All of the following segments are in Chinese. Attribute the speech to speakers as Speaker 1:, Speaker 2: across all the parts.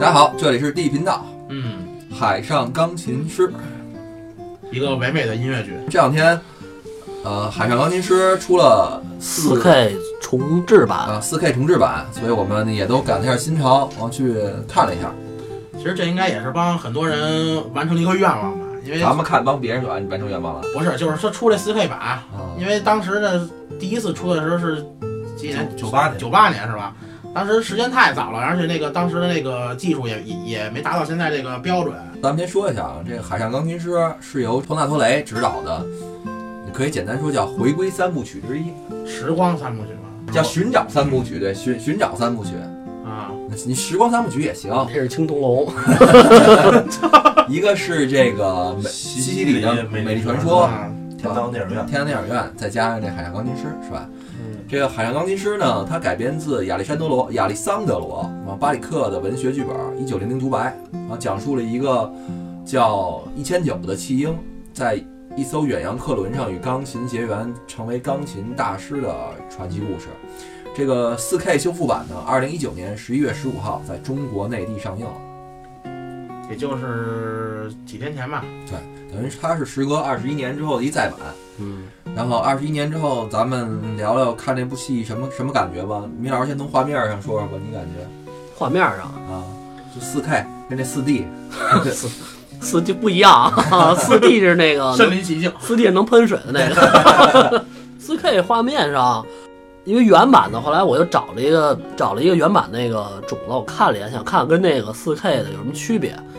Speaker 1: 大家好，这里是 D 频道
Speaker 2: 嗯，
Speaker 1: 《海上钢琴师》。
Speaker 2: 一个唯美的音乐剧，
Speaker 1: 这两天，呃，《海上钢琴师》出了
Speaker 3: 四 K 重制版，
Speaker 1: 啊四 K 重制版，所以我们也都赶了一下新潮，然后去看了一下。
Speaker 2: 其实这应该也是帮很多人完成了一个愿望吧，因为
Speaker 1: 咱们看帮别人完完成愿望了
Speaker 2: 不是，就是说出这四 K 版，
Speaker 1: 啊
Speaker 2: 因为当时呢第一次出的时候是几年？
Speaker 1: 九八年
Speaker 2: 九八年是吧？当时时间太早了，而且那个当时的那个技术也也也没达到现在这个标准。
Speaker 1: 咱们先说一下啊，这个《海上钢琴师》是由托纳托雷执导的，你可以简单说叫回归三部曲之一，
Speaker 2: 时光三部曲嘛，
Speaker 1: 叫寻找三部曲，对，寻寻找三部曲。
Speaker 2: 啊，
Speaker 1: 你时光三部曲也行，
Speaker 3: 这是青铜龙，
Speaker 1: 一个是这个美西西里的美丽传说，
Speaker 2: 啊
Speaker 1: 天堂电影院，天堂电影院，再加上这海上钢琴师，是吧？
Speaker 3: 嗯，
Speaker 1: 这个《海上钢琴师》呢，它改编自亚历山德罗亚历桑德罗啊巴里克的文学剧本《一九零零独白》，然后讲述了一个叫一千九的弃婴在一艘远洋客轮上与钢琴结缘，成为钢琴大师的传奇故事。这个四 K 修复版呢，二零一九年十一月十五号在中国内地上映了。
Speaker 2: 也就是几天前吧。
Speaker 1: 等于它是时隔二十一年之后的一再版。
Speaker 3: 嗯，
Speaker 1: 然后二十一年之后，咱们聊聊看这部戏什么什么感觉吧。米老师先从画面上说说吧，你感觉
Speaker 3: 画面上
Speaker 1: 啊？就四 K 跟这四 D
Speaker 3: 四 D 不一样 啊，四 D 是那个
Speaker 2: 身临其境，
Speaker 3: 四 D 能喷水的那个， 四 K 画面上，因为原版的，后来我就找了一个找了一个原版那个种子，我看了一眼，想看跟那个四 K 的有什么区别。
Speaker 1: 嗯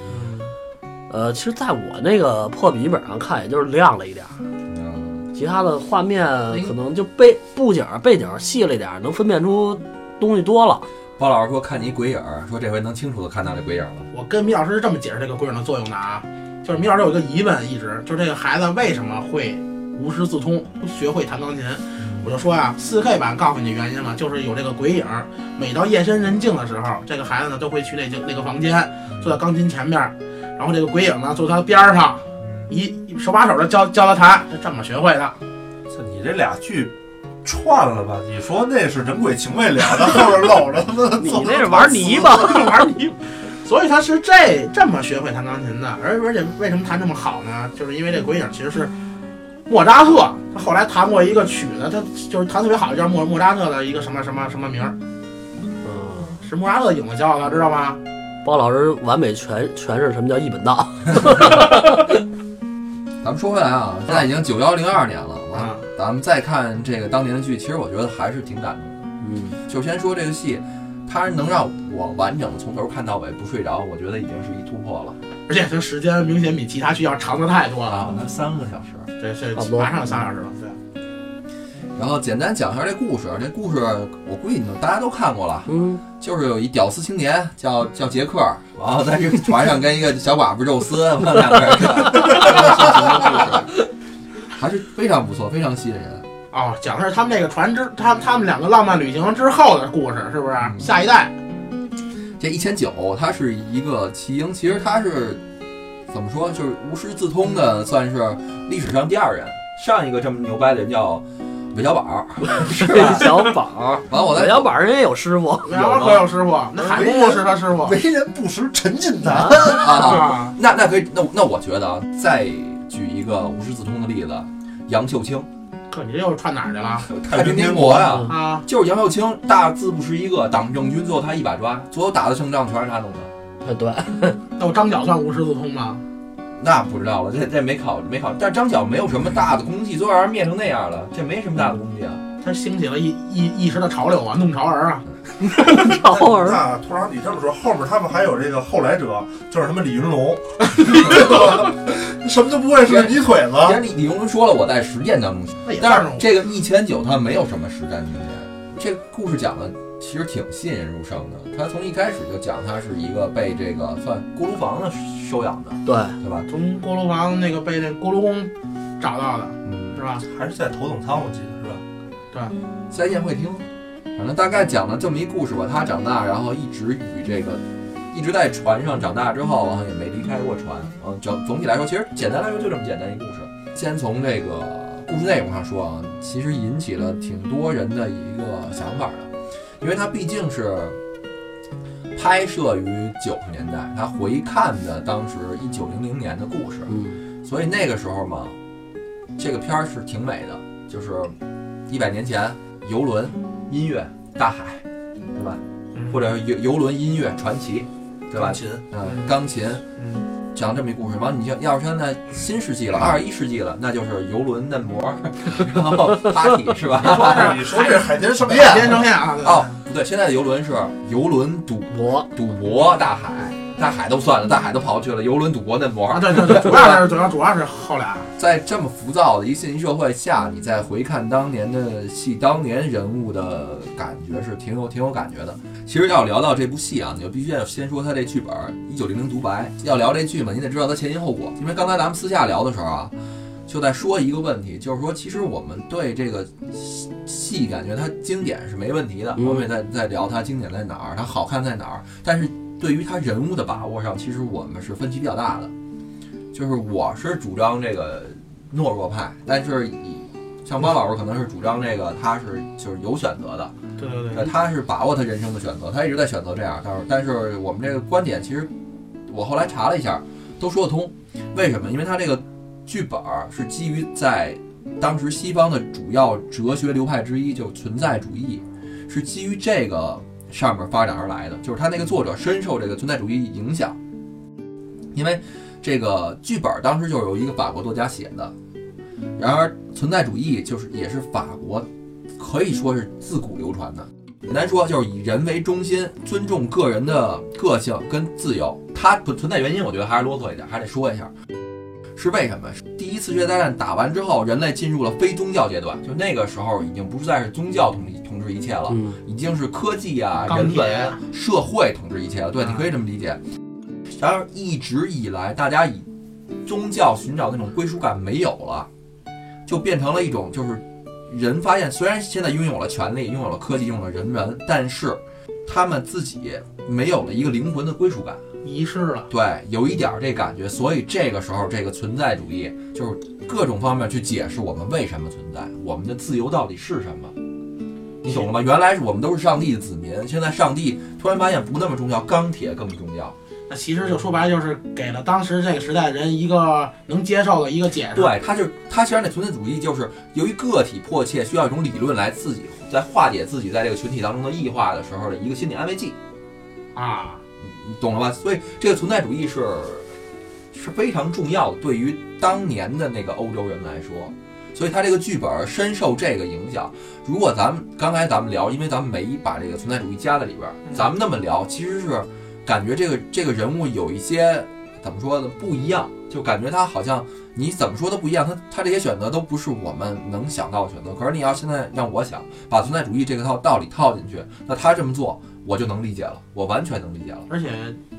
Speaker 3: 呃，其实在我那个破笔记本上看，也就是亮了一点儿，
Speaker 1: 嗯，
Speaker 3: 其他的画面可能就背布景儿背景儿细了一点儿，能分辨出东西多了。
Speaker 1: 包老师说看你一鬼影儿，说这回能清楚的看到这鬼影儿了。
Speaker 2: 我跟米老师是这么解释这个规影的作用的啊，就是米老师有一个疑问，一直就是这个孩子为什么会无师自通，不学会弹钢琴？我就说啊，四 K 版告诉你原因了，就是有这个鬼影，每到夜深人静的时候，这个孩子呢都会去那就那个房间，坐在钢琴前面，然后这个鬼影呢坐他边儿上，一手把手的教教他弹，是这么学会的。
Speaker 4: 这你这俩剧串了吧？你说那是人鬼情未了，的， 后边搂着他妈的
Speaker 3: 你那是 玩泥巴，
Speaker 2: 玩泥。所以他是这这么学会弹钢琴的，而而且为什么弹这么好呢？就是因为这鬼影其实是莫扎特，他后来弹过一个曲子，他就是弹特别好，叫莫莫扎特的一个什么什么什么名儿，
Speaker 3: 嗯，
Speaker 2: 是莫扎特影子教的，知道吗？
Speaker 3: 包老师完美诠诠释什么叫一本道，
Speaker 1: 咱们说回来啊，现在已经九幺零二年了，完了
Speaker 2: 啊，
Speaker 1: 咱们再看这个当年的剧，其实我觉得还是挺感动的。
Speaker 3: 嗯，
Speaker 1: 就先说这个戏，它能让我完整的从头看到尾不睡着，我觉得已经是一突破了
Speaker 2: 而且它时间明显比其他剧要长的太多了，
Speaker 1: 啊，那三个小时。
Speaker 2: 这这
Speaker 3: 差不多
Speaker 2: 马上三小时了，对，
Speaker 1: 然后简单讲一下这故事，这故事我估计你们大家都看过了，
Speaker 3: 嗯，
Speaker 1: 就是有一屌丝青年叫叫杰克，然后在这个船上跟一个小寡妇宙斯，我们两个人看，还是非常不错，非常吸引人。
Speaker 2: 哦，讲的是他们这个船之他他们两个浪漫旅行之后的故事，是不是？
Speaker 1: 嗯
Speaker 2: 下一代
Speaker 1: 这一千九，它是一个弃婴，其实他是怎么说，就是无师自通的，算是历史上第二人。上一个这么牛掰的人叫韦小宝，是
Speaker 3: 这
Speaker 1: 吧？
Speaker 3: 小宝，
Speaker 1: 完了我
Speaker 3: 韦
Speaker 1: 再
Speaker 3: 小宝人也有师傅，
Speaker 2: 韦小宝可有师傅，那海木是他师 傅
Speaker 4: 为人不识沉浸谈。
Speaker 1: 啊，
Speaker 2: 啊。
Speaker 1: 那那可以，那那我觉得啊，再举一个无师自通的例子，杨秀清，
Speaker 2: 可你这又串哪儿去了
Speaker 1: 太平天国呀、
Speaker 3: 嗯
Speaker 2: 啊？
Speaker 1: 就是杨秀清大字不识一个，党政军最后他一把抓，所有打的胜仗全是他弄的。
Speaker 3: 哎对，
Speaker 2: 那我张角算无师自通吗？
Speaker 1: 那不知道了，这这没考没考，但张角没有什么大的功绩，最后让人灭成那样了，这没什么大的功绩啊。
Speaker 2: 他兴起了一一一时的潮流啊，弄潮儿啊，
Speaker 3: 潮 儿，
Speaker 4: 那土壤你这么说，后面他们还有这个后来者，就是他们李云龙， 什么都不会是泥腿
Speaker 1: 其
Speaker 4: 子。
Speaker 1: 实李李云龙说了，我在实践当中
Speaker 2: 那也
Speaker 1: 但
Speaker 2: 算
Speaker 1: 是
Speaker 2: 是
Speaker 1: 这个一千九它没有什么实战经验，这个故事讲的其实挺吸引人入胜的。他从一开始就讲他是一个被这个算锅炉房的收养的，
Speaker 3: 对，
Speaker 1: 对吧？
Speaker 2: 从锅炉房那个被那锅炉工找到的，
Speaker 1: 嗯，
Speaker 2: 是吧？
Speaker 4: 还是在头等舱，我记得是吧？
Speaker 1: 在宴会厅，反正大概讲了这么一故事吧。他长大，然后啊一直与这个一直在船上长大之后，然后也没离开过船。嗯，总总体来说，其实简单来说就这么简单一故事。先从这个故事内容上说啊，其实引起了挺多人的一个想法的，因为它毕竟是拍摄于九十年代，它回看的当时一九零零年的故事，
Speaker 3: 嗯，
Speaker 1: 所以那个时候嘛，这个片儿是挺美的，就是一百年前游轮、音乐、大海，对吧？
Speaker 2: 嗯
Speaker 1: 或者游游轮音乐传奇，对吧？
Speaker 4: 琴，
Speaker 1: 嗯，嗯钢琴
Speaker 2: 嗯，
Speaker 1: 讲这么一故事。完，你像要是现在新世纪了，二十一世纪了，那就是游轮嫩模，然后 party 是吧？
Speaker 4: 你说这海天盛
Speaker 2: 海天
Speaker 4: 宴，
Speaker 2: 盛宴啊！对
Speaker 1: 哦，不对，现在的游轮是游轮赌
Speaker 3: 我
Speaker 1: 赌博大海，大海都算了，大海都跑去了，游轮赌博嫩模
Speaker 2: 啊，。对对 对，主要是主要主要是后俩，
Speaker 1: 在这么浮躁的一信息社会下，你再回看当年的戏，当年人物的感觉是挺有挺有感觉的。其实要聊到这部戏啊，你就必须要先说它这剧本《一九零零独白》。要聊这剧嘛，你得知道它前因后果。因为刚才咱们私下聊的时候啊，就在说一个问题，就是说其实我们对这个戏戏感觉它经典是没问题的，
Speaker 3: 嗯
Speaker 1: 我们也在在聊它经典在哪儿，它好看在哪儿。但是对于它人物的把握上，其实我们是分歧比较大的。就是我是主张这个懦弱派，但是以像包老师可能是主张这个他是就是有选择的，
Speaker 2: 对对
Speaker 1: 对，
Speaker 2: 对，
Speaker 1: 他是把握他人生的选择，他一直在选择这样。但是，但是我们这个观点其实我后来查了一下，都说得通。为什么？因为他这个剧本儿是基于在当时西方的主要哲学流派之一，就是存在主义，是基于这个上面发展而来的。就是他那个作者深受这个存在主义影响，因为这个剧本儿当时就是由一个法国作家写的。然而，存在主义就是也是法国可以说是自古流传的。简单说，就是以人为中心，尊重个人的个性跟自由。它不存在原因，我觉得还是啰嗦一点，还得说一下，是为什么？第一次世界大战打完之后，人类进入了非宗教阶段，就那个时候已经不再是宗教统治统治一切了，
Speaker 3: 嗯
Speaker 1: 已经是科技啊、
Speaker 2: 钢
Speaker 1: 人
Speaker 2: 铁
Speaker 1: 文、啊、社会统治一切了。对，
Speaker 2: 啊
Speaker 1: 你可以这么理解。然而，一直以来，大家以宗教寻找那种归属感没有了，就变成了一种就是人发现，虽然现在拥有了权利，拥有了科技，拥有了人文，但是他们自己没有了一个灵魂的归属感。
Speaker 2: 遗失了，
Speaker 1: 对，有一点儿这感觉，所以这个时候这个存在主义就是各种方面去解释我们为什么存在，我们的自由到底是什么。你懂了吗？原来是我们都是上帝的子民，现在上帝突然发现不那么重要，钢铁更重要。
Speaker 2: 那其实就说白了就是给了当时这个时代人一个能接受的一个解释，
Speaker 1: 对，他就他其实那存在主义就是由于个体迫切需要一种理论来自己在化解自己在这个群体当中的异化的时候的一个心理安慰剂，
Speaker 2: 啊，
Speaker 1: 你懂了吧？所以这个存在主义是是非常重要的，对于当年的那个欧洲人来说，所以他这个剧本深受这个影响。如果咱们刚才咱们聊，因为咱们没把这个存在主义加在里边儿，
Speaker 2: 嗯
Speaker 1: 咱们那么聊，其实是感觉这个这个人物有一些怎么说呢不一样，就感觉他好像你怎么说都不一样，他他这些选择都不是我们能想到的选择。可是你要现在让我想把存在主义这个套道理套进去，那他这么做我就能理解了，我完全能理解了。
Speaker 2: 而且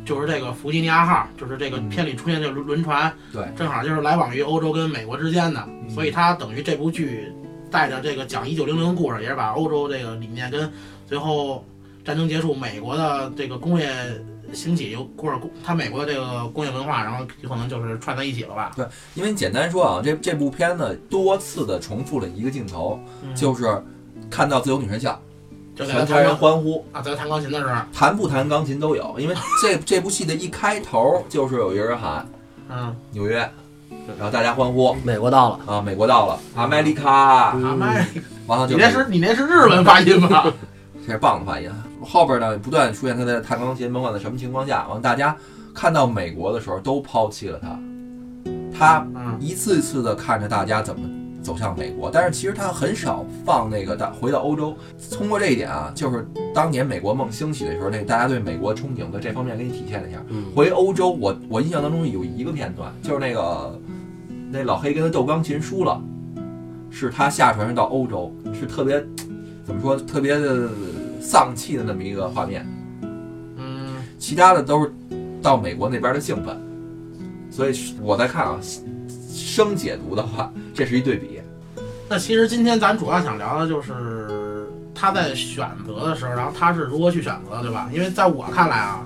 Speaker 2: 就是这个弗吉尼亚号，就是这个片里出现这个轮轮船，
Speaker 1: 嗯对嗯
Speaker 2: 正好就是来往于欧洲跟美国之间的，所以它等于这部剧带着这个讲一九零零故事，也是把欧洲这个理念跟最后战争结束美国的这个工业兴起，又或者它美国的这个工业文化，然后有可能就是串在一起了吧？
Speaker 1: 因为简单说啊，这这部片子多次的重复了一个镜头，
Speaker 2: 嗯
Speaker 1: 就是看到自由女神像，
Speaker 2: 就在
Speaker 1: 全台人欢呼，
Speaker 2: 啊，在弹钢琴的时候，
Speaker 1: 弹不弹钢琴都有。因为这这部戏的一开头就是有一个人喊
Speaker 2: 嗯，
Speaker 1: 纽约，然后大家欢呼
Speaker 3: 美国到了，
Speaker 1: 啊，美国到了，America，
Speaker 2: 啊妈呀，
Speaker 1: 完了
Speaker 2: 嗯你
Speaker 1: 就
Speaker 2: 那是你那是日文发音吧？
Speaker 1: 这是棒的发音。后边呢，不断出现他在弹钢琴，甭管在什么情况下，完了大家看到美国的时候都抛弃了他，他
Speaker 2: 嗯，
Speaker 1: 一次次的看着大家怎么走向美国，但是其实他很少放那个大回到欧洲。通过这一点啊，就是当年美国梦兴起的时候，那大家对美国憧憬的这方面给你体现了一下。
Speaker 3: 嗯，
Speaker 1: 回欧洲，我我印象当中有一个片段，就是那个那老黑跟他斗钢琴输了，是他下船到欧洲，是特别怎么说特别的丧气的那么一个画面。
Speaker 2: 嗯，
Speaker 1: 其他的都是到美国那边的兴奋，所以我在看啊，生解读的话，这是一对比。
Speaker 2: 那其实今天咱主要想聊的就是他在选择的时候，然后他是如何去选择的，对吧？因为在我看来啊，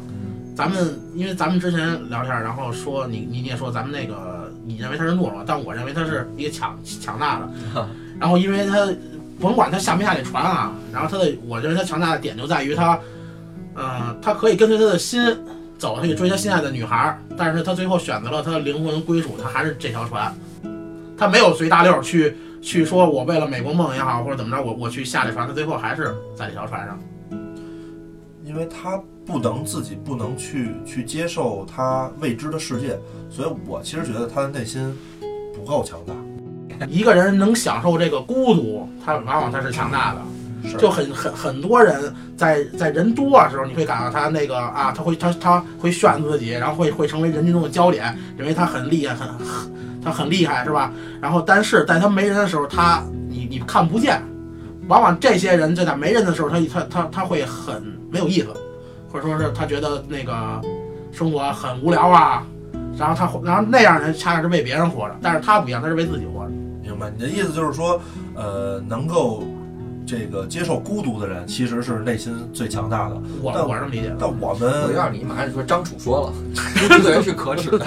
Speaker 2: 咱们因为咱们之前聊天，然后说你你你也说咱们那个你认为他是懦弱，但我认为他是一个强强大的。然后因为他甭管他下没下这船啊，然后他的我认为他强大的点就在于他，呃，他可以跟随他的心走下去追他心爱的女孩儿，但是他最后选择了他的灵魂归属，他还是这条船，他没有随大溜儿去。去说我为了美国梦也好，或者怎么着，我我去下这船，他最后还是在这条船上。
Speaker 4: 因为他不能自己不能去去接受他未知的世界，所以我其实觉得他的内心不够强大。
Speaker 2: 一个人能享受这个孤独，他往往他是强大的。
Speaker 4: 是
Speaker 2: 就很很很多人在在人多的时候，你会感到他那个啊，他会他他会炫自己，然后会会成为人群中的焦点，认为他很厉害，很很他很厉害是吧？然后但是在他没人的时候，他你你看不见，往往这些人就在没人的时候，他他他他会很没有意思，或者说是他觉得那个生活很无聊啊，然后他然后那样的人恰恰是为别人活着，但是他不一样，他是为自己活着。
Speaker 4: 明白你的意思就是说，呃，能够这个接受孤独的人其实是内心最强大的。
Speaker 2: 我
Speaker 4: 但
Speaker 2: 我是这么理解的。
Speaker 4: 但我
Speaker 1: 我
Speaker 4: 们
Speaker 1: 让你马上就说张楚说了，这个人是可耻的。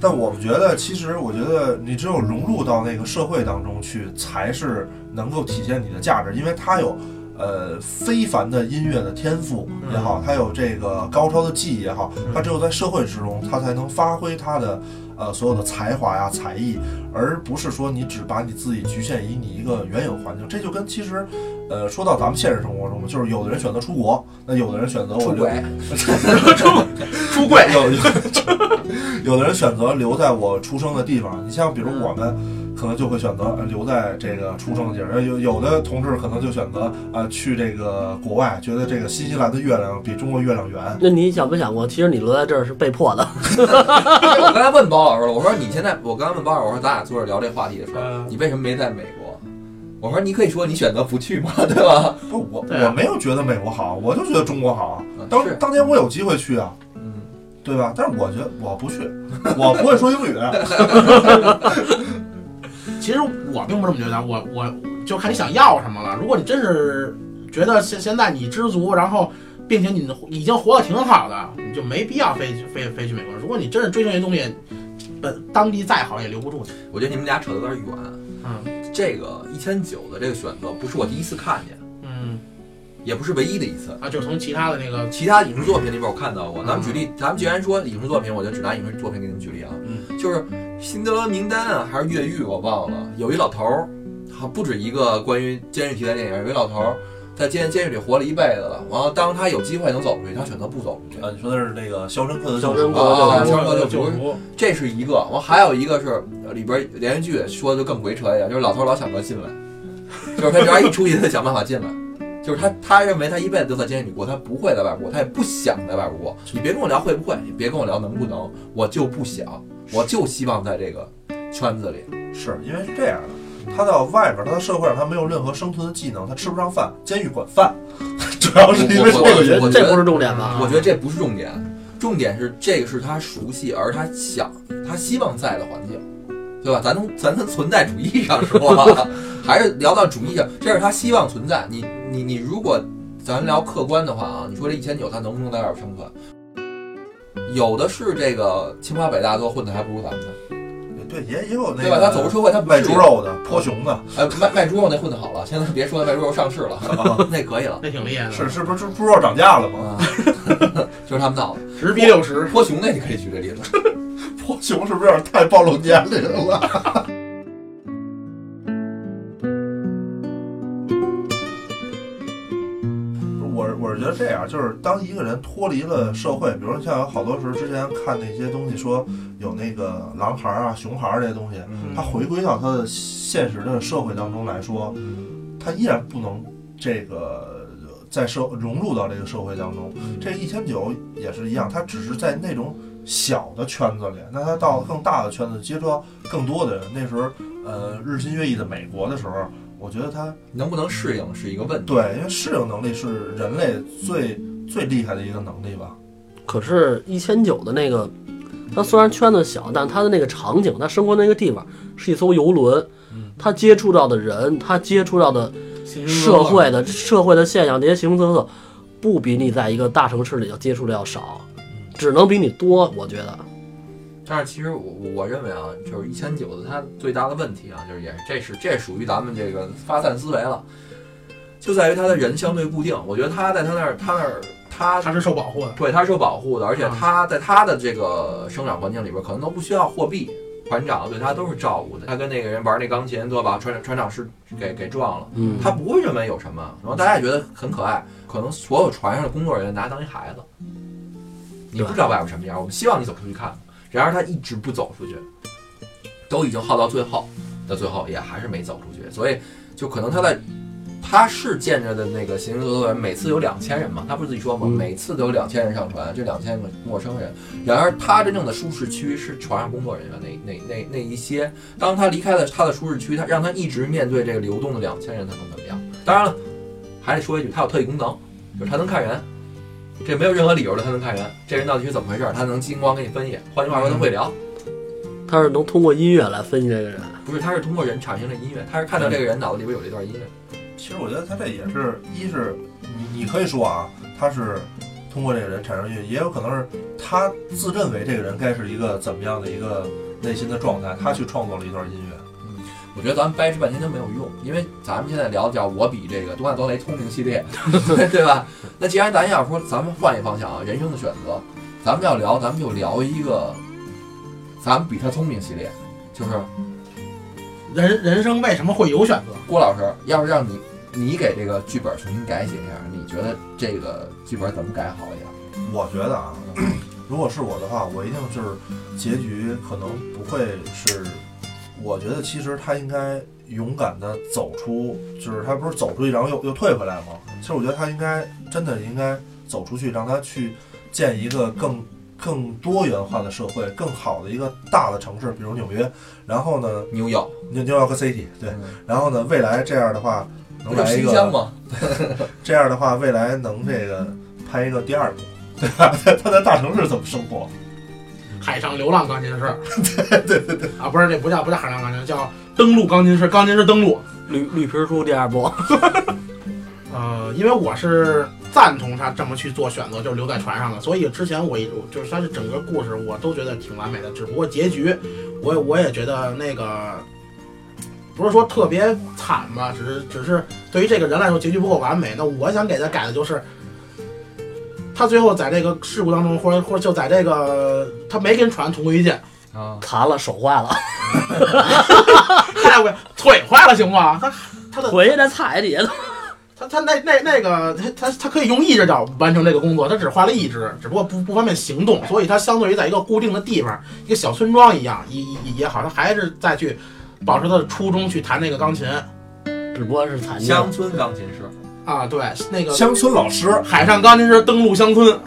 Speaker 4: 但我们觉得，其实我觉得你只有融入到那个社会当中去，才是能够体现你的价值，因为他有。呃，非凡的音乐的天赋也好，他有这个高超的技艺也好，他只有在社会之中，他才能发挥他的呃所有的才华呀、才艺，而不是说你只把你自己局限于你一个原有环境。这就跟其实，呃，说到咱们现实生活中，就是有的人选择出国，那有的人选择我
Speaker 1: 出
Speaker 4: 留
Speaker 1: 轨，
Speaker 2: 出柜
Speaker 4: 有有有的人选择留在我出生的地方，你像比如我们。可能就会选择呃留在这个出生的地儿，呃有有的同志可能就选择啊去这个国外，觉得这个新西兰的月亮比中国月亮圆。
Speaker 3: 那你想没想过，其实你留在这儿是被迫的？
Speaker 1: 哎我刚才问包老师了，我说你现在，我刚才问包老师，我说咱俩坐着聊这话题的时候
Speaker 2: 嗯，
Speaker 1: 你为什么没在美国？我说你可以说你选择不去嘛， 对吧？
Speaker 4: 不，我
Speaker 2: 对啊
Speaker 4: 我没有觉得美国好，我就觉得中国好啊
Speaker 1: 嗯。
Speaker 4: 当
Speaker 1: 是
Speaker 4: 当年我有机会去啊，
Speaker 1: 嗯，
Speaker 4: 对吧？但是我觉得我不去，我不会说 英语。
Speaker 2: 其实我并不这么觉得，我我就看你想要什么了。如果你真是觉得现现在你知足，然后并且你已经活得挺好的，你就没必要非非非去美国。如果你真是追求这东西，本当地再好也留不住你。
Speaker 1: 我觉得你们俩扯得有点远。
Speaker 2: 嗯，
Speaker 1: 这个一千九的这个选择不是我第一次看见，
Speaker 2: 嗯，
Speaker 1: 也不是唯一的一次。
Speaker 2: 啊，就从其他的那个，
Speaker 1: 呃其他影视作品里边我看到过。咱们举例，咱们既然说影视作品，我就只拿影视作品给你们举例啊。
Speaker 4: 嗯
Speaker 1: 就是《辛德勒名单》啊，还是《越狱》，我忘了。有一老头儿，好不止一个关于监狱题材电影。有一老头儿在监监狱里活了一辈子了，然后当他有机会能走出去，他选择不走出去。
Speaker 4: 啊，你说的是那个《肖申克的
Speaker 3: 肖
Speaker 4: 救
Speaker 3: 申
Speaker 4: 赎》
Speaker 3: 克
Speaker 4: 啊？
Speaker 1: 啊
Speaker 3: 的
Speaker 1: 肖申克的救
Speaker 2: 救
Speaker 1: 赎
Speaker 2: 赎，
Speaker 1: 这是一个，完还有一个是呃里边连续剧说的就更鬼扯一点，就是老头儿老想着进来，就是他只要一出去，他就想办法进来。就是他，他认为他一辈子都在监狱里过，他不会在外过，他也不想在外过。你别跟我聊会不会，你别跟我聊能不能，我就不想，我就希望在这个圈子里。
Speaker 4: 是因为是这样的，他到外边儿，他到社会上，他没有任何生存的技能，他吃不上饭，监狱管饭， 主要是因为这
Speaker 1: 我
Speaker 4: 个
Speaker 1: 觉
Speaker 4: 原
Speaker 1: 得
Speaker 4: 因。
Speaker 3: 这不是重点
Speaker 4: 啊
Speaker 3: 吧？
Speaker 1: 我觉得这不是重点，重点是这个是他熟悉而他想他希望在的环境，对吧？咱从咱从存在主义上说 啊，还是聊到主义上，这是他希望存在。你你你，如果咱聊客观的话啊，你说这一千九他能不能在外边生存？有的是这个清华北大都混的还不如咱们呢，
Speaker 4: 对，也也有那
Speaker 1: 对吧？他走
Speaker 4: 个
Speaker 1: 出社会，他不
Speaker 4: 卖
Speaker 1: 至于
Speaker 4: 猪，肉的、泼熊的，
Speaker 1: 哎，卖卖猪肉那混的好了，现在别说卖猪肉上市了，那可以了，
Speaker 2: 那挺厉害的，
Speaker 4: 啊是是不是猪猪肉涨价了吗？
Speaker 1: 啊， 就是他们闹的。
Speaker 2: 直逼六十。
Speaker 1: 泼熊那你可以举这例子。
Speaker 4: 泼熊是不是有点太暴露年龄了？ 我我是觉得这样，就是当一个人脱离了社会，比如说像有好多时候之前看那些东西说有那个狼孩儿啊、熊孩儿这些东西，
Speaker 2: 嗯
Speaker 4: 他回归到他的现实的社会当中来说，他依然不能这个呃在社融入到这个社会当中。这一千九也是一样，他只是在那种小的圈子里，那他到更大的圈子接触到更多的人。那时候，呃，日新月异的美国的时候，我觉得他
Speaker 1: 能不能适应是一个问题。
Speaker 4: 对，因为适应能力是人类最最厉害的一个能力吧。
Speaker 3: 可是，一千九的那个，它虽然圈子小，但它的那个场景，它生活那个地方是一艘游轮，它接触到的人，它接触到的
Speaker 2: 形形色色
Speaker 3: 社会的社会的现象，这些形形色色，不比你在一个大城市里要接触的要少，只能比你多。我觉得，
Speaker 1: 但是其实我我我认为啊，就是一千九的它最大的问题啊，就是也是这是这属于咱们这个发散思维了，就在于他的人相对固定。我觉得他在他那儿，他那儿他
Speaker 2: 它是受保护的，
Speaker 1: 对，它是受保护的，而且
Speaker 2: 啊
Speaker 1: 它在它的这个生长环境里边，可能都不需要货币。船长对他都是照顾的，他跟那个人玩那钢琴，对吧？船船长是给给撞了，
Speaker 3: 嗯，
Speaker 1: 他不会认为有什么，然后大家也觉得很可爱。可能所有船上的工作人员拿他当一孩子，你不知道外边什么样，我们希望你走出去看看。然而他一直不走出去，都已经耗到最后，到最后也还是没走出去，所以就可能他在。他是见着的那个行星的人，每次有两千人嘛，他不是自己说嘛，
Speaker 3: 嗯
Speaker 1: 每次都有两千人上船，这两千个陌生人。然而，他真正的舒适区是船上工作人员那那那那一些。当他离开了他的舒适区，他让他一直面对这个流动的两千人，他能怎么样？当然了，还得说一句，他有特异功能，就是他能看人，这没有任何理由的，他能看人。这人到底是怎么回事？他能金光给你分析。换句话说，他会聊，
Speaker 3: 他是能通过音乐来分析这个人。
Speaker 1: 不是他是通过人产生的音乐，他是看到这个人脑子里边有这段音乐。
Speaker 4: 其实我觉得他这也是一是你你可以说啊，他是通过这个人产生欲，也有可能是他自认为这个人该是一个怎么样的一个内心的状态，他去创作了一段音乐。
Speaker 1: 我觉得咱们掰扯半天都没有用，因为咱们现在聊的叫我比这个东亚多雷通灵系列，对吧？那既然咱要说，咱们换一方向啊，人生的选择，咱们要聊，咱们就聊一个，咱们比他聪明系列，就是
Speaker 2: 人人生为什么会有选择？
Speaker 1: 郭老师，要是让你你给这个剧本重新改写一下，你觉得这个剧本怎么改好一点？
Speaker 4: 我觉得啊，如果是我的话，我一定就是结局可能不会是，我觉得其实他应该勇敢的走出，就是他不是走出去然后又又退回来吗？其实我觉得他应该真的应该走出去，让他去见一个更更多元化的社会，更好的一个大的城市，比如纽约，然后呢，
Speaker 1: 牛药
Speaker 4: 纽纽约克 City，对，然后呢，未来这样的话能
Speaker 1: 不就
Speaker 4: 来一
Speaker 1: 新乡
Speaker 4: 个，
Speaker 1: 吗？
Speaker 4: 这样的话未来能这个拍一个第二部，对吧？他在大城市怎么生活？
Speaker 2: 海上流浪钢琴师， 对对对啊，不是，这不叫不叫海上钢琴师，叫登陆钢琴师，钢琴师登陆。
Speaker 3: 绿绿皮书第二部，
Speaker 2: 呃，因为我是赞同他这么去做选择，就是留在船上的，所以之前我一我就是他的整个故事我都觉得挺完美的，只不过结局我也我也觉得那个不是说特别惨吧，只是只是对于这个人来说结局不够完美。那我想给他改的就是，他最后在这个事故当中，或者或者就在这个他没跟船同归于尽，
Speaker 1: 啊，
Speaker 3: 残了手坏了，
Speaker 2: 太会腿坏了行吗？他他的
Speaker 3: 回去再踩底下。
Speaker 2: 他他那那那个他他他可以用一只脚完成这个工作，他只画了一只，只不过不不方便行动，所以他相对于在一个固定的地方，一个小村庄一样也也也好，他还是再去保持他的初衷去弹那个钢琴
Speaker 3: 只不过是残疾。
Speaker 1: 乡村钢琴师，
Speaker 2: 啊，对，那个
Speaker 4: 乡村老师，
Speaker 2: 海上钢琴师登陆乡村，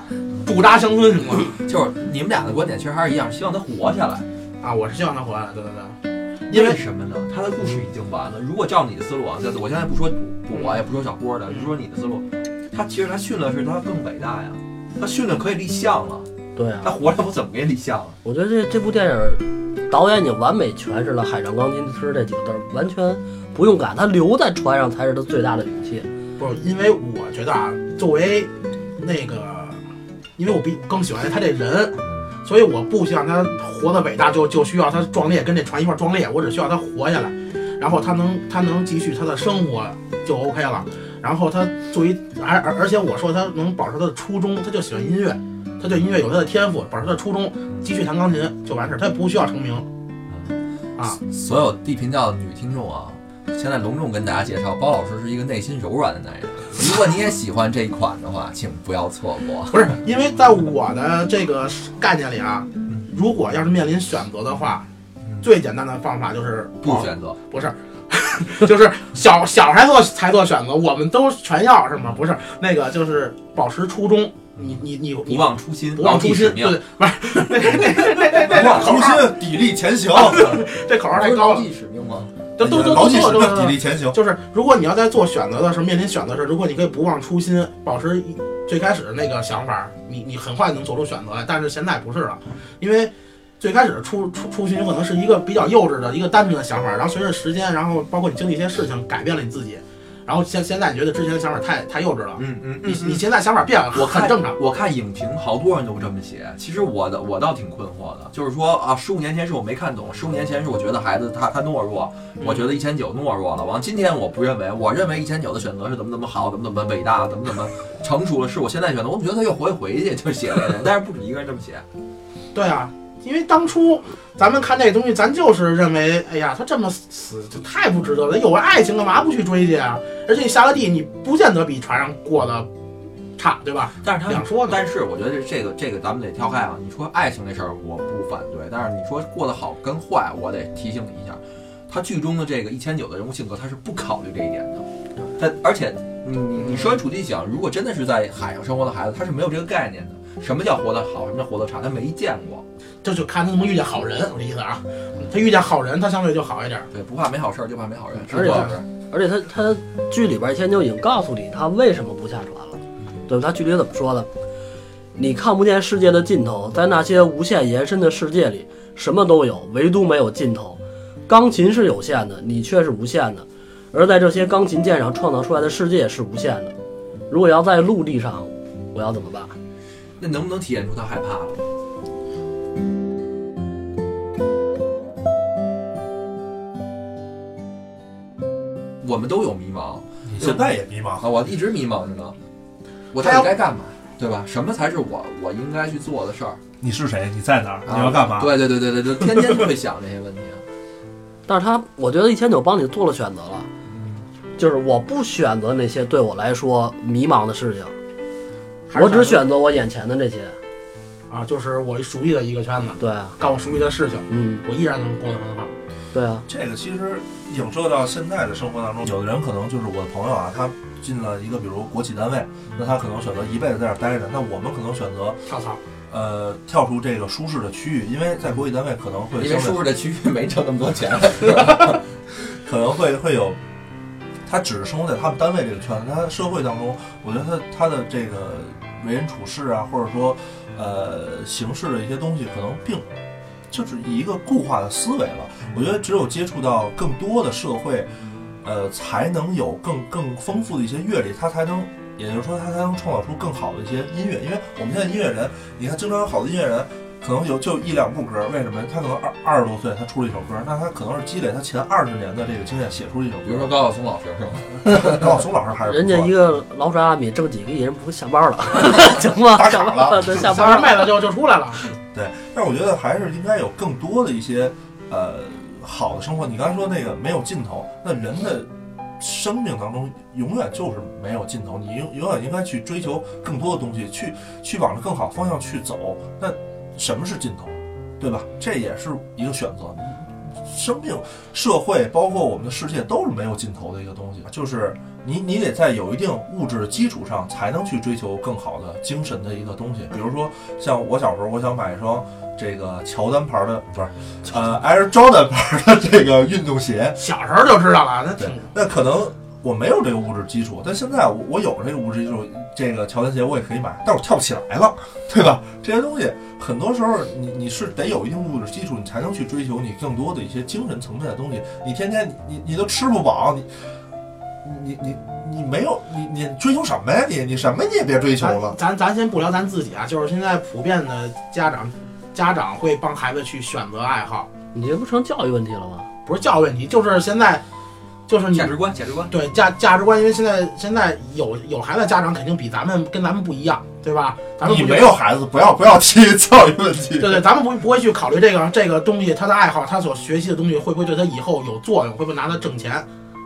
Speaker 2: 驻扎乡村行吗？
Speaker 1: 就是你们俩的观点其实还是一样，希望他活下来。
Speaker 2: 啊，我是希望他回来，对对对，因
Speaker 1: 因为
Speaker 2: 为
Speaker 1: 什么呢？他的故事已经完了。如果照你的思路啊，就是我现在不说我也不说小郭的，就说你的思路，他其实他训了是他更伟大呀，他训了可以立项了，
Speaker 3: 对啊
Speaker 1: 他，活着我怎么给你立项啊？
Speaker 3: 我觉得这这部电影导演已经完美诠释了“海上钢琴师”这几个字儿，完全不用改，他留在船上才是他最大的勇气。
Speaker 2: 不是因为我觉得啊，作为那个，因为我比更喜欢他这人，所以我不希望他活得伟大，就就需要他壮烈，跟这船一块儿壮烈。我只需要他活下来，然后他能他能继续他的生活就 OK 了。然后他作为而而而且我说他能保持他的初衷，他就喜欢音乐，他对音乐有他的天赋，保持他的初衷，继续弹钢琴就完事儿，他也不需要成名。
Speaker 1: 所有地频道的女听众啊，现在隆重跟大家介绍，包老师是一个内心柔软的男人。如果你也喜欢这一款的话，请不要错过。
Speaker 2: 不是，因为在我的这个概念里啊，如果要是面临选择的话，最简单的方法就是哦
Speaker 1: 不，选择，
Speaker 2: 不是， 就是小小孩做才做选择，我们都全要是吗？不是，那个就是保持初衷，你你你
Speaker 1: 不
Speaker 2: 你
Speaker 1: 忘初心，
Speaker 2: 不忘初心，
Speaker 1: 使命
Speaker 2: 对，不是， 那那那那那那
Speaker 4: 不忘
Speaker 2: 那口
Speaker 4: 初
Speaker 2: 号，
Speaker 4: 心，哎砥砺前行。
Speaker 2: 这口号太
Speaker 1: 不是
Speaker 2: 高
Speaker 1: 牢
Speaker 2: 了，
Speaker 1: 记使命吗？
Speaker 2: 啊都都都
Speaker 4: 牢
Speaker 2: 都
Speaker 4: 记使
Speaker 2: 做
Speaker 4: 命，砥
Speaker 2: 了。
Speaker 4: 砺前行。
Speaker 2: 就是如果你要在做选择的时候，面临选择的时候，如果你可以不忘初心，保持最开始的那个想法，你你很快能做出选择来。但是现在不是了，因为最开始的初初初心可能是一个比较幼稚的一个单纯的想法，然后随着时间，然后包括你经历一些事情，改变了你自己，然后现现在你觉得之前的想法太太幼稚了，
Speaker 1: 嗯嗯
Speaker 2: 你你现在想法变了，
Speaker 1: 我看
Speaker 2: 很正常。
Speaker 1: 我看影评，好多人都这么写。其实我的我倒挺困惑的，就是说啊，十五年前是我没看懂，十五年前是我觉得孩子他他懦弱，我觉得一千九懦弱了。完，今天我不认为，我认为一千九的选择是怎么怎么好，怎么怎么伟大，怎么怎么成熟了，是我现在选择。我怎么觉得他又回回去，就写这个，但是不止一个人这么写。
Speaker 2: 对啊，因为当初咱们看这东西，咱就是认为，哎呀，他这么死就太不值得了。有了爱情，干嘛不去追去啊？而且你下了地，你不见得比船上过得差，对吧？
Speaker 1: 但是他
Speaker 2: 两说呢。
Speaker 1: 但是我觉得这个这个咱们得跳开啊。你说爱情这事儿我不反对，但是你说过得好跟坏，我得提醒你一下，他剧中的这个一千九的人物性格，他是不考虑这一点的。他而且你你你设身处地想，啊如果真的是在海上生活的孩子，他是没有这个概念的。什么叫活得好，什么叫活得差，他没见过，
Speaker 2: 这就看他能不能遇见好人，我的意思啊。他遇见好人，他相对就好一点。
Speaker 1: 对，不怕没好事儿，就怕没好人，是
Speaker 3: 而且
Speaker 1: 不
Speaker 3: 他
Speaker 1: 是？
Speaker 3: 而且他他剧里边一天就已经告诉你他为什么不下船了，对吧？他剧里怎么说的？你看不见世界的尽头，在那些无限延伸的世界里，什么都有，唯独没有尽头。钢琴是有限的，你却是无限的，而在这些钢琴键上创造出来的世界是无限的。如果要在陆地上，我要怎么办？
Speaker 1: 那能不能体现出他害怕了？我们都有迷茫
Speaker 2: 嗯
Speaker 4: 你现在也迷茫
Speaker 1: 啊，，我一直迷茫着呢。我到底该干嘛，对吧？什么才是我我应该去做的事儿？
Speaker 4: 你是谁？你在哪儿？你
Speaker 1: 啊
Speaker 4: 要干嘛？
Speaker 1: 对对对对对，就天天就会想这些问题。啊
Speaker 3: 但是他，我觉得一千九帮你做了选择了，
Speaker 4: 嗯
Speaker 3: 就是我不选择那些对我来说迷茫的事情，
Speaker 2: 还是
Speaker 3: 我只
Speaker 2: 想
Speaker 3: 选择我眼前的这些。
Speaker 2: 啊，就是我熟悉的一个圈子，
Speaker 3: 对啊，
Speaker 2: 干我熟悉的事情，
Speaker 3: 嗯，
Speaker 2: 我依然能过得很好。
Speaker 3: 对啊，
Speaker 4: 这个其实影射到现在的生活当中，有的人可能就是我的朋友啊，他进了一个比如国企单位，
Speaker 2: 嗯
Speaker 4: 那他可能选择一辈子在这儿待着，那我们可能选择
Speaker 2: 跳槽，
Speaker 4: 呃跳出这个舒适的区域，因为在国企单位可能会
Speaker 1: 因为
Speaker 4: 相
Speaker 1: 叔叔
Speaker 4: 对
Speaker 1: 这区域没挣那么多钱，
Speaker 4: 可能会会有，他只是生活在他们单位这个圈子，他在社会当中，我觉得他他的这个为人处事啊，或者说呃行事的一些东西，可能并就是以一个固化的思维了。
Speaker 1: 嗯
Speaker 4: 我觉得只有接触到更多的社会，呃，才能有更更丰富的一些阅历，他才能。也就是说，他才能创造出更好的一些音乐，因为我们现在音乐人，你看，经常有好的音乐人，可能有就一两部歌，为什么？他可能二二十多岁，他出了一首歌，那他可能是积累他前二十年的这个经验写出一首歌。
Speaker 1: 比如说高晓松老师是吧？
Speaker 4: 高晓松老师还是不
Speaker 3: 人家
Speaker 4: 错
Speaker 3: 一
Speaker 4: 的
Speaker 3: 个老鼠阿米挣几个亿，人不下班 了，行吗？
Speaker 4: 打
Speaker 3: 下
Speaker 4: 卡
Speaker 3: 班
Speaker 4: 了嗯
Speaker 3: 对，下
Speaker 2: 下
Speaker 3: 班
Speaker 2: 班
Speaker 3: 了。
Speaker 2: 卖了就就出来了。
Speaker 4: 对，但是我觉得还是应该有更多的一些呃好的生活。你刚才说那个没有尽头，那人的生命当中永远就是没有尽头，你永永远应该去追求更多的东西，去去往着更好方向去走。那什么是尽头，对吧？这也是一个选择。生命、社会，包括我们的世界，都是没有尽头的一个东西。啊就是你，你得在有一定物质的基础上，才能去追求更好的精神的一个东西。比如说，像我小时候，我想买一双这个乔丹牌的，不是，呃，Air Jordan 牌的这个运动鞋，
Speaker 2: 小时候就知道了，那
Speaker 4: 对
Speaker 2: 挺，
Speaker 4: 那可能我没有这个物质基础，但现在我我有了这个物质基础，这个乔丹鞋我也可以买，但我跳不起来了， 对吧？这些东西很多时候你你是得有一定物质基础，你才能去追求你更多的一些精神层面的东西。你天天你你你都吃不饱，你你你你没有你你追求什么呀？你你什么你也别追求
Speaker 2: 咱
Speaker 4: 了。
Speaker 2: 咱咱先不聊咱自己啊，就是现在普遍的家长，家长会帮孩子去选择爱好，
Speaker 3: 你这不成教育问题了吗？
Speaker 2: 不是教育问题，就是现在，就是
Speaker 4: 嗯
Speaker 2: 你
Speaker 1: 价值观，价值观。
Speaker 2: 对价价值观，因为现在现在有有孩子的家长肯定比咱们跟咱们不一样，对吧？咱们
Speaker 4: 你
Speaker 2: 不
Speaker 4: 没有孩子，不要不要提 教育问题。
Speaker 2: 对对，咱们不不会去考虑这个这个东西他的爱好，他所学习的东西会不会对他以后有作用，会不会拿他挣钱。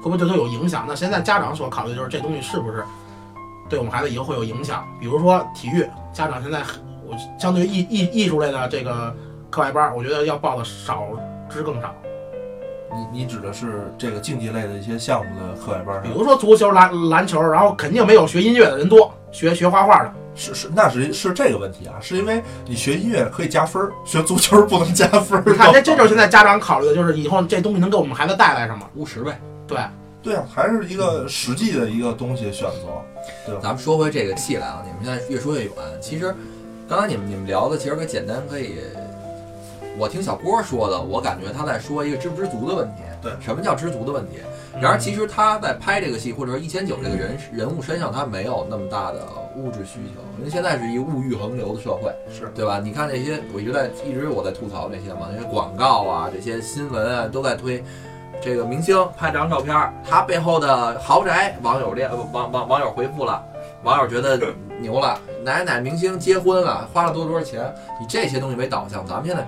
Speaker 2: 会不会对他有影响？那现在家长所考虑就是这东西是不是对我们孩子以后会有影响？比如说体育，家长现在我相对于艺艺艺术类的这个课外班儿，我觉得要报的少之更少。
Speaker 4: 你你指的是这个竞技类的一些项目的课外班儿
Speaker 2: 比
Speaker 4: 上，
Speaker 2: 如说足球、篮篮球，然后肯定没有学音乐的人多，学学画画的。
Speaker 4: 是是，那是是这个问题啊，是因为你学音乐可以加分儿，学足球不能加分儿。
Speaker 2: 你看，这这就是现在家长考虑的，就是以后这东西能给我们孩子带来什么？
Speaker 1: 务实呗。
Speaker 2: 对，
Speaker 4: 对啊，还是一个实际的一个东西选择。
Speaker 1: 咱们说回这个戏来啊，你们现在越说越远。其实，刚才你们你们聊的，其实可简单可以，我听小郭说的，我感觉他在说一个知不知足的问题。
Speaker 4: 对嗯
Speaker 1: 什么叫知足的问题？然而，其实他在拍这个戏，或者说一千九这个人人物身上，他没有那么大的物质需求，因为现在是一个物欲横流的社会，
Speaker 4: 是
Speaker 1: 对吧？你看那些，我一直在一直我在吐槽这些嘛，那些广告啊，这些新闻啊，都在推。这个明星拍张照片儿，他背后的豪宅，网友链呃网网网友回复了，网友觉得牛了，哪哪明星结婚了，花了多多少钱，以这些东西为导向，咱们现在，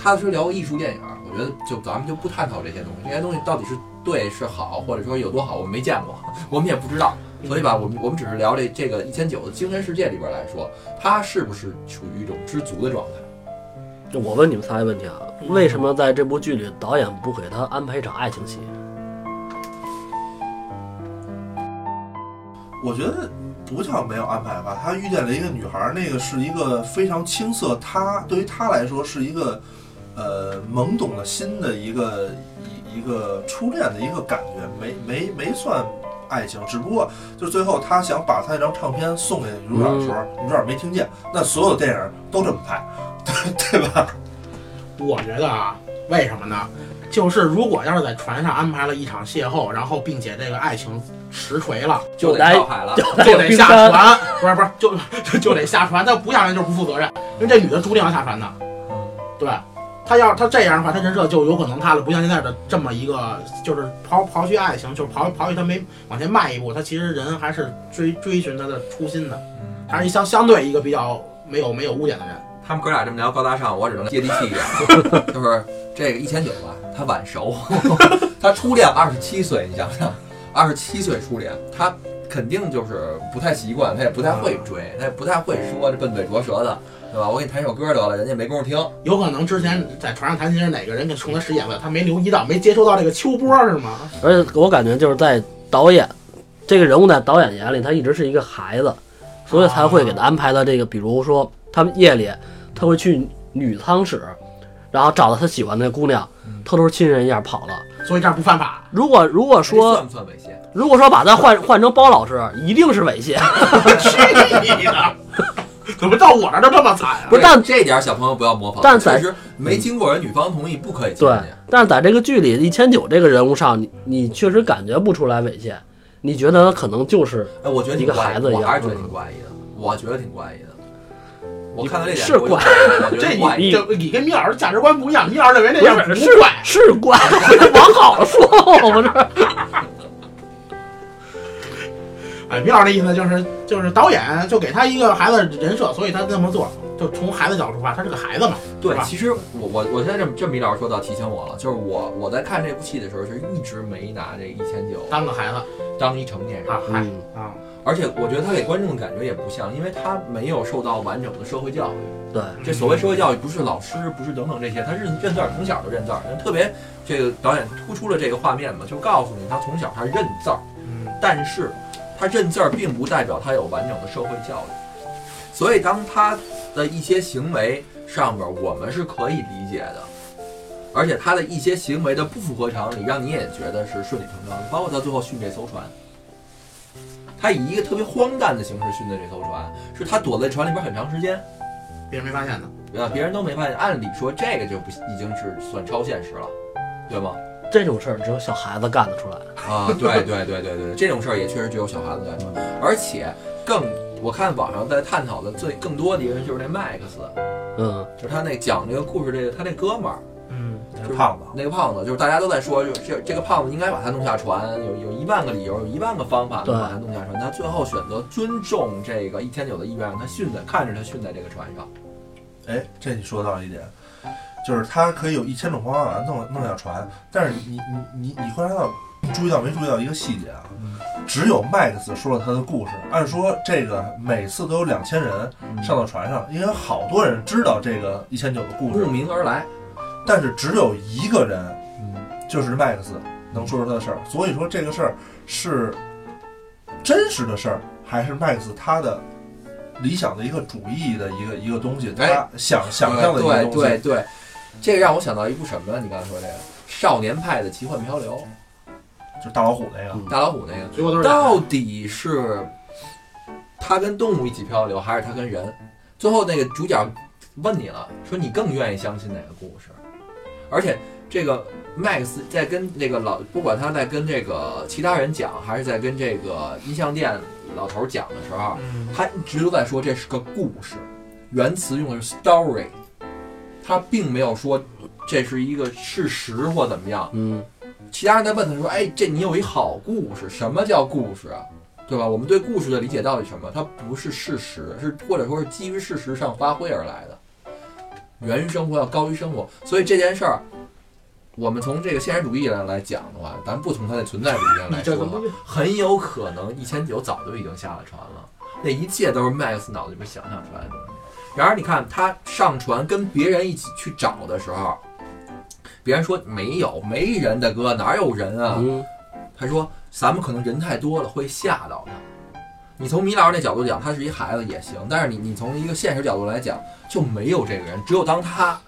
Speaker 1: 他是聊艺术电影儿，我觉得就咱们就不探讨这些东西，这些东西到底是对是好，或者说有多好，我们没见过， 我们也不知道，所以吧，我们我们只是聊这这个一千九的精神世界里边来说，他是不是处于一种知足的状态？
Speaker 3: 我问你们仨一个问题啊，
Speaker 4: 嗯
Speaker 3: 为什么在这部剧里导演不给他安排一场爱情戏？
Speaker 4: 我觉得不叫没有安排吧，他遇见了一个女孩儿，那个是一个非常青涩，他对于他来说是一个呃懵懂的心的一个一一个初恋的一个感觉，没没没算。爱情，只不过就是最后他想把他那张唱片送给女主角的时候，女主角没听见。那所有的电影都这么拍，对对吧？
Speaker 2: 我觉得啊，为什么呢？就是如果要是在船上安排了一场邂逅，然后并且这个爱情实锤了，
Speaker 1: 就得
Speaker 3: 来
Speaker 1: 跳海了，
Speaker 2: 就得下船，不是不是，就 就就得下船。那不下船就是不负责任，因为这女的注定要下船的。对，她要她这样的话，她人设就有可能塌了，不像现在的这么一个，就是刨刨去爱情，就是刨刨去她没往前迈一步，她其实人还是追追寻她的初心的，还是相相对一个比较没有没有污点的人。
Speaker 1: 他们哥俩这么聊高大上，我只能接地气一点， 就是这个一千九吧，他晚熟， 他初恋二十七岁，你想想，二十七岁初恋，他肯定就是不太习惯，他也不太会
Speaker 3: 啊
Speaker 1: 追，他也不太会说这笨嘴拙舌的，对吧？我给你弹首歌得了，人家没工夫听，
Speaker 2: 有可能之前在船上谈心是哪个人给冲他使眼色，他没留意到，没接收到这个秋波是吗？
Speaker 3: 而且我感觉就是在导演这个人物在导演眼里，他一直是一个孩子，所以才会给他安排到这个，比如说他们夜里他会去女仓室，然后找到他喜欢的姑娘，
Speaker 4: 嗯
Speaker 3: 偷偷亲人一下跑了。
Speaker 2: 所以这样不犯法。
Speaker 3: 如果如果
Speaker 1: 这
Speaker 3: 说
Speaker 1: 算不算猥亵？
Speaker 3: 如果说把他换换成包老师，一定是猥亵。
Speaker 2: 去你的！怎么到我这儿就这么惨啊？
Speaker 3: 不是但
Speaker 1: 这点小朋友不要模仿，
Speaker 3: 但
Speaker 1: 确
Speaker 3: 在
Speaker 1: 实没经过人女方同意不可以亲
Speaker 3: 对
Speaker 1: 人家。，
Speaker 3: 但是在这个剧里，一千九这个人物上，你你确实感觉不出来猥亵，你觉得他可能就是
Speaker 1: 哎，我觉得挺
Speaker 3: 一个
Speaker 1: 怪
Speaker 3: 孩
Speaker 1: 异
Speaker 3: 子一
Speaker 1: 我
Speaker 3: 样嗯
Speaker 1: 还是觉得挺怪异的，我觉得挺怪异的。我看到这点
Speaker 3: 是
Speaker 1: 我就
Speaker 3: 怪
Speaker 1: 我觉得
Speaker 2: 这
Speaker 1: 怪异
Speaker 2: 你这你跟米老师价值观不一样，米老师认为那样
Speaker 3: 不是
Speaker 2: 不怪。
Speaker 3: 是怪， 往好了说，我这
Speaker 2: 哎，米老师的意思就是就是导演就给他一个孩子人设，所以他这么做，就从孩子角度出发，他是个孩子嘛。
Speaker 1: 对
Speaker 2: 是，吧
Speaker 1: 其实我我我现在这么这么一老师说到提醒我了，就是我我在看这部戏的时候是一直没拿这一千九
Speaker 2: 当个孩子
Speaker 1: 当一成年人，
Speaker 2: 啊，嗨、
Speaker 3: 嗯，
Speaker 2: 啊，
Speaker 1: 而且我觉得他给观众的感觉也不像，因为他没有受到完整的社会教育。
Speaker 3: 对。
Speaker 1: 这
Speaker 2: 嗯
Speaker 1: 所谓社会教育不是老师，不是等等这些，他认认字儿，从小就认字儿。特别这个导演突出了这个画面嘛，就告诉你他从小他认字儿。
Speaker 2: 嗯，
Speaker 1: 但是他认字儿并不代表他有完整的社会教育，所以当他的一些行为上边，我们是可以理解的，而且他的一些行为的不符合常理，让你也觉得是顺理成章的，包括他最后训这艘船。他以一个特别荒诞的形式训的这艘船，是他躲在船里边很长时间，
Speaker 2: 别人没发现的。
Speaker 1: 呃，别人都没发现。按理说这个就不已经是算超现实了，对吗？
Speaker 3: 这种事儿只有小孩子干得出来。
Speaker 1: 啊，对对对对对，这种事儿也确实只有小孩子干出来，而且更我看网上在探讨的最更多的一个人就是那麦克斯，
Speaker 3: 嗯，
Speaker 1: 就是他那讲这个故事这个他那哥们儿
Speaker 2: 嗯，
Speaker 4: 那个胖子，
Speaker 1: 那个胖子，就是大家都在说，就这这个胖子应该把他弄下船，有有一万个理由，有一万个方法能把他弄下船，他最后选择尊重这个一千九的意愿，让他训在看着他训在这个船上，
Speaker 4: 哎，这你说到一点，就是它可以有一千种方法把它弄弄下船，但是你你你你观察到注意到没注意到一个细节啊？
Speaker 1: 嗯
Speaker 4: 只有 Max 说了他的故事。按说这个每次都有两千人
Speaker 1: 嗯
Speaker 4: 上到船上，应该好多人知道这个一千九的故事
Speaker 1: 慕，名而来，
Speaker 4: 但是只有一个人
Speaker 1: 嗯，
Speaker 4: 就是 Max 能说出他的事儿。所以说这个事儿是真实的事儿，还是 Max 他的理想的一个主义的一个一个东西，他想想象的一个
Speaker 1: 哎对
Speaker 4: 东西。
Speaker 1: 对对，这个让我想到一部什么呢？你刚才说这个《少年派的奇幻漂流
Speaker 4: 就是大老虎那个。
Speaker 3: 嗯》，
Speaker 1: 大老虎那个，
Speaker 2: 最后都是俩人
Speaker 1: 到底是他跟动物一起漂流，还是他跟人？最后那个主角问你了，说你更愿意相信哪个故事？而且这个 Max 在跟这个老，不管他在跟这个其他人讲，还是在跟这个音像店老头讲的时候，
Speaker 2: 嗯
Speaker 1: 他一直都在说这是个故事，原词用的是 story，他并没有说这是一个事实或怎么样。
Speaker 3: 嗯，
Speaker 1: 其他人在问他说：“哎，这你有一好故事，什么叫故事啊？对吧？我们对故事的理解到底什么？它不是事实，是或者说是基于事实上发挥而来的，源于生活要高于生活。所以这件事儿，我们从这个现实主义上来讲的话，咱不从它的存在主义
Speaker 2: 哎
Speaker 1: 上来说的话，很有可能一千九早就已经下了船了，那一切都是 Max 脑子里边想象出来的东西。然而你看他上船跟别人一起去找的时候，别人说没有，没人的哥哪有人啊？
Speaker 3: 嗯，
Speaker 1: 他说咱们可能人太多了会吓到他。你从米老师那角度讲，他是一孩子也行，但是你你从一个现实角度来讲，就没有这个人，只有当他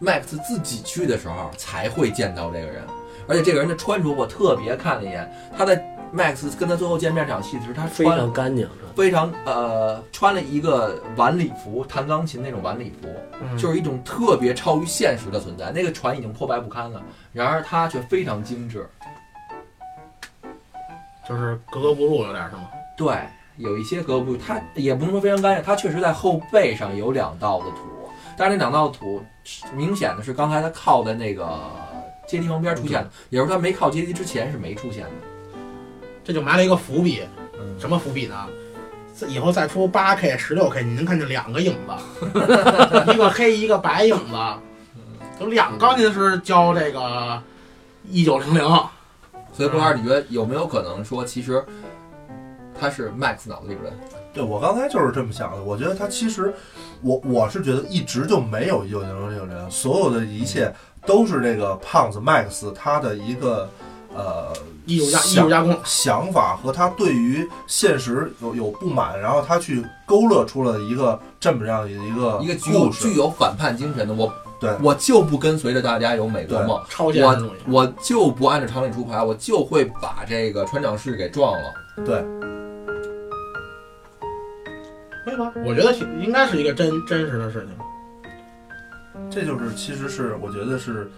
Speaker 1: Max 自己去的时候才会见到这个人，而且这个人的穿着我特别看了一眼，他在 Max 跟他最后见面场戏的时候，他
Speaker 3: 非
Speaker 1: 穿了
Speaker 3: 常干净，
Speaker 1: 非常呃穿了一个晚礼服，弹钢琴那种晚礼服，
Speaker 2: 嗯
Speaker 1: 就是一种特别超于现实的存在。那个船已经破败不堪了，然而它却非常精致。
Speaker 2: 就是格格不入，有点是吗？
Speaker 1: 对，有一些格格不入，它也不能说非常干净，它确实在后背上有两道的土，但是那两道土明显的是刚才它靠在那个阶梯旁边出现的，也就是它没靠阶梯之前是没出现的。
Speaker 2: 这就埋了一个伏笔，
Speaker 1: 嗯，
Speaker 2: 什么伏笔呢？这以后再出八 K、十六 K，你能看见两个影子， 一个黑一个白影子，有两个您是教这个一九零零，
Speaker 1: 所以不二，你觉得有没有可能说，其实它是 Max 脑子里边的？
Speaker 4: 对我刚才就是这么想的，我觉得他其实，我我是觉得一直就没有一九零零这个人，所有的一
Speaker 1: 嗯
Speaker 4: 切都是这个胖子 Max 他的一个呃
Speaker 2: 艺术家艺
Speaker 4: 想
Speaker 2: 术加工，
Speaker 4: 想法和他对于现实有有不满，然后他去勾勒出了一个这么样的一个
Speaker 1: 一个具有
Speaker 4: 故
Speaker 1: 具
Speaker 4: 事，
Speaker 1: 有反叛精神的，我
Speaker 4: 对
Speaker 1: 我就不跟随着大家有美国梦，
Speaker 2: 超现实主
Speaker 1: 我
Speaker 2: 义。
Speaker 1: 我就不按照常理出牌，我就会把这个船长室给撞了。
Speaker 2: 对吧？我觉得挺应该是一个真真实的事情。
Speaker 4: 这就是其实是我觉得是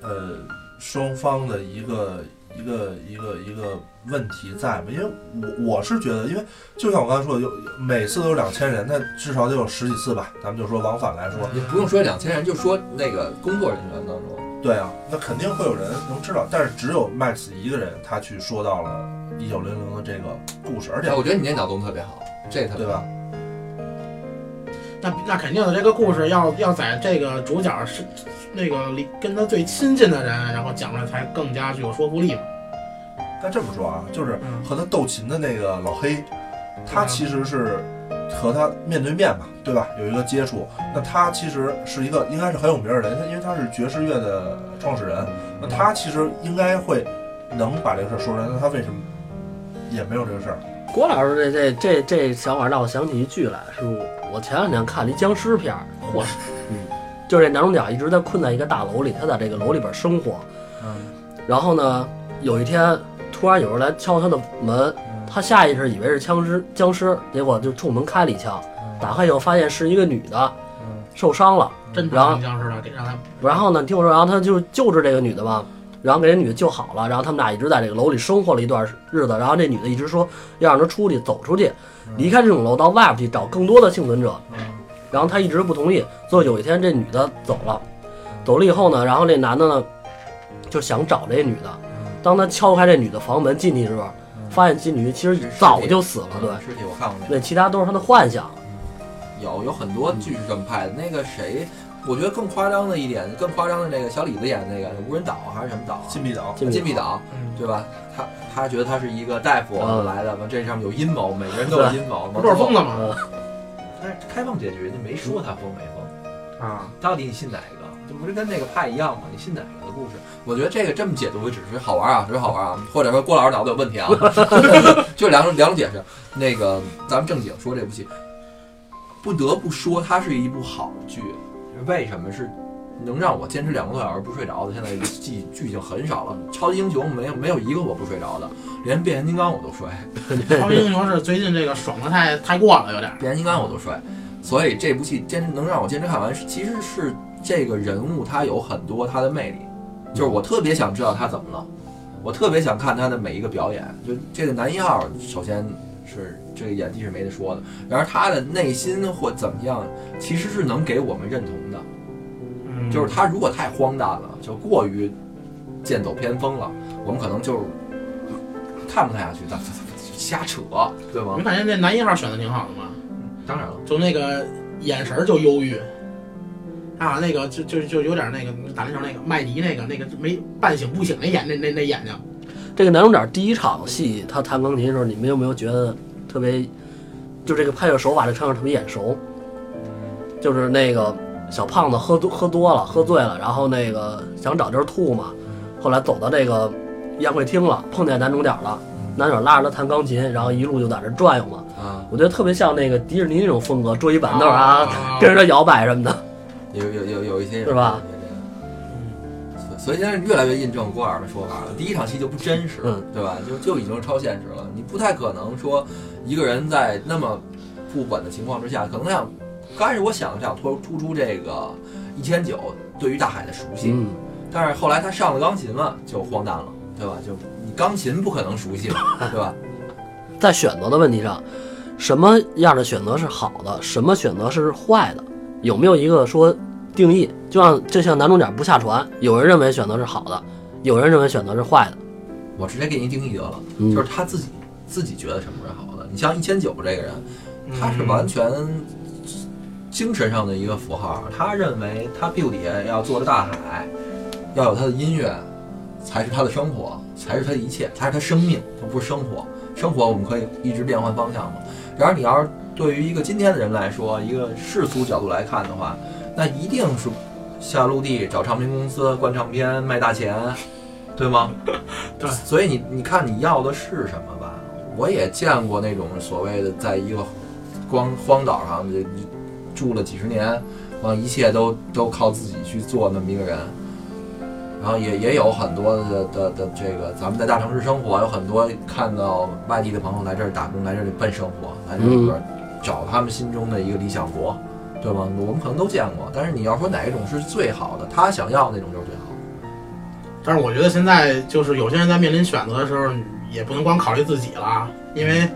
Speaker 4: 呃双方的一个一个一个一个问题在嘛，因为我我是觉得，因为就像我刚才说的，有每次都有两千人，那至少得有十几次吧，咱们就说往返来说，
Speaker 1: 你不用说两千人，就说那个工作人员当中，
Speaker 4: 对啊，那肯定会有人能知道，但是只有 Max 一个人他去说到了一九零零的这个故事，而且
Speaker 1: 哎，我觉得你那脑洞特别好，这特别
Speaker 4: 对吧？
Speaker 2: 那那肯定的，这个故事要要在这个主角是那个离跟他最亲近的人，然后讲出来才更加具有说服力嘛。
Speaker 4: 但这么说啊，就是
Speaker 2: 嗯
Speaker 4: 和他斗琴的那个老黑，他其实是和他面对面嘛，对吧？有一个接触。那他其实是一个应该是很有名的人，他因为他是爵士乐的创始人，那他其实应该会能把这个事儿说出来。那他为什么也没有这个事儿？
Speaker 3: 郭老师这这这这想法让我想起一剧来，是我前两天看了一僵尸片儿，
Speaker 2: 嚯，
Speaker 3: 就是这男主角一直在困在一个大楼里，他在这个楼里边生活，
Speaker 1: 嗯，
Speaker 3: 然后呢，有一天突然有人来敲他的门，他下意识以为是僵尸，僵尸，结果就冲门开了一枪，打开以后发现是一个女的
Speaker 4: 嗯
Speaker 3: 受伤了，
Speaker 2: 真
Speaker 3: 然后
Speaker 2: 正僵尸的，给让他
Speaker 3: 然后呢，你听我说，然后他就救治这个女的吧，然后给这女的救好了，然后他们俩一直在这个楼里生活了一段日子，然后这女的一直说要让他出去走出去，离开这种楼到外边去找更多的幸存者，
Speaker 4: 嗯
Speaker 3: 然后他一直不同意，最后有一天这女的走了，走了以后呢，然后这男的呢就想找这女的，当他敲开这女的房门进去的时候，发现进去其实早就死了，对，
Speaker 1: 尸体我看过那个，
Speaker 3: 对，其他都是他的幻想，
Speaker 1: 有有很多剧是这么拍的。那个谁，我觉得更夸张的一点，更夸张的那个小李子演的那个无人岛还是什么岛啊？
Speaker 4: 金币岛，
Speaker 3: 金
Speaker 1: 金币岛，
Speaker 2: 嗯
Speaker 1: 对吧？他他觉得他是一个大夫
Speaker 3: 嗯
Speaker 1: 来的嘛，这上面有阴谋，每个人都有阴谋，
Speaker 2: 不都是疯了吗？
Speaker 1: 但是开放结局，人家没说他疯没疯，
Speaker 2: 啊，
Speaker 1: 到底你信哪个？这不是跟那个派一样吗？你信哪个的故事？我觉得这个这么解读只是好玩啊，只是好玩啊，或者说郭老师脑子有问题啊， 就两种两种解释。那个咱们正经说这部戏，不得不说它是一部好剧，为什么是？能让我坚持两个多小时不睡着的，现在剧剧已经很少了。超级英雄没有没有一个我不睡着的，连变形金刚我都睡。
Speaker 2: 超级英雄是最近这个爽的太太过了，有点儿。
Speaker 1: 变形金刚我都睡，所以这部戏坚能让我坚持看完，是其实是这个人物他有很多他的魅力，就是我特别想知道他怎么了，我特别想看他的每一个表演。就这个男一号，首先是这个演技是没得说的，然而他的内心或怎么样，其实是能给我们认同的。
Speaker 2: 嗯
Speaker 1: 就是他如果太荒诞了，就过于剑走偏锋了，我们可能就是看不太下去，咱咱咱瞎扯，对吗
Speaker 2: 我？感觉这男一号选的挺好的嘛，
Speaker 1: 当然了，
Speaker 2: 就那个眼神儿就忧郁，啊，那个就就就有点那个打篮球那个麦迪那个那个没半醒不醒那眼那那那眼睛，
Speaker 3: 这个南荣点第一场戏，他弹钢琴的时候，你们有没有觉得特别，就这个拍摄手法，这唱歌特别眼熟？就是那个小胖子喝多喝多了，喝醉了，然后那个想找地儿吐嘛，后来走到这个宴会厅了，碰见男主角了，男主角拉着他弹钢琴，然后一路就在这转悠嘛。
Speaker 1: 啊。
Speaker 3: 我觉得特别像那个迪士尼那种风格，桌椅板凳啊，
Speaker 2: 啊
Speaker 3: 跟着摇摆什么的。
Speaker 1: 有有有有一些人
Speaker 3: 是吧
Speaker 1: 有一些人？所所以现在越来越印证郭老师的说法了，第一场戏就不真实，
Speaker 3: 嗯
Speaker 1: 对吧？就就已经是超现实了，你不太可能说一个人在那么不稳的情况之下，可能他想，刚开始我想想突突出这个一千九对于大海的熟悉，
Speaker 3: 嗯，
Speaker 1: 但是后来他上了钢琴了，就荒诞了，对吧？就你钢琴不可能熟悉 嘛，对吧？
Speaker 3: 在选择的问题上，什么样的选择是好的，什么选择是坏的，有没有一个说定义？就像就像男主角不下船，有人认为选择是好的，有人认为选择是坏的。
Speaker 1: 我直接给你定义得了，
Speaker 3: 嗯
Speaker 1: 就是他自己自己觉得什么是好的。你像一千九这个人，他是完全精神上的一个符号，他认为他屁股底下要坐着大海，要有他的音乐，才是他的生活，才是他的一切，才是他生命，他不是生活。生活我们可以一直变换方向嘛。然而你要是对于一个今天的人来说，一个世俗角度来看的话，那一定是下陆地找唱片公司灌唱片卖大钱，对吗？
Speaker 2: 对
Speaker 1: 所以你你看你要的是什么吧？我也见过那种所谓的在一个光荒岛上就住了几十年，然后一切都都靠自己去做那么一个人。然后也也有很多的的的这个，咱们在大城市生活，有很多看到外地的朋友来这儿打工，来这里奔生活，来这里边找他们心中的一个理想国，对吗？我们可能都见过，但是你要说哪一种是最好的，他想要的那种就是最好的。
Speaker 2: 但是我觉得现在就是有些人在面临选择的时候，也不能光考虑自己了，啊因为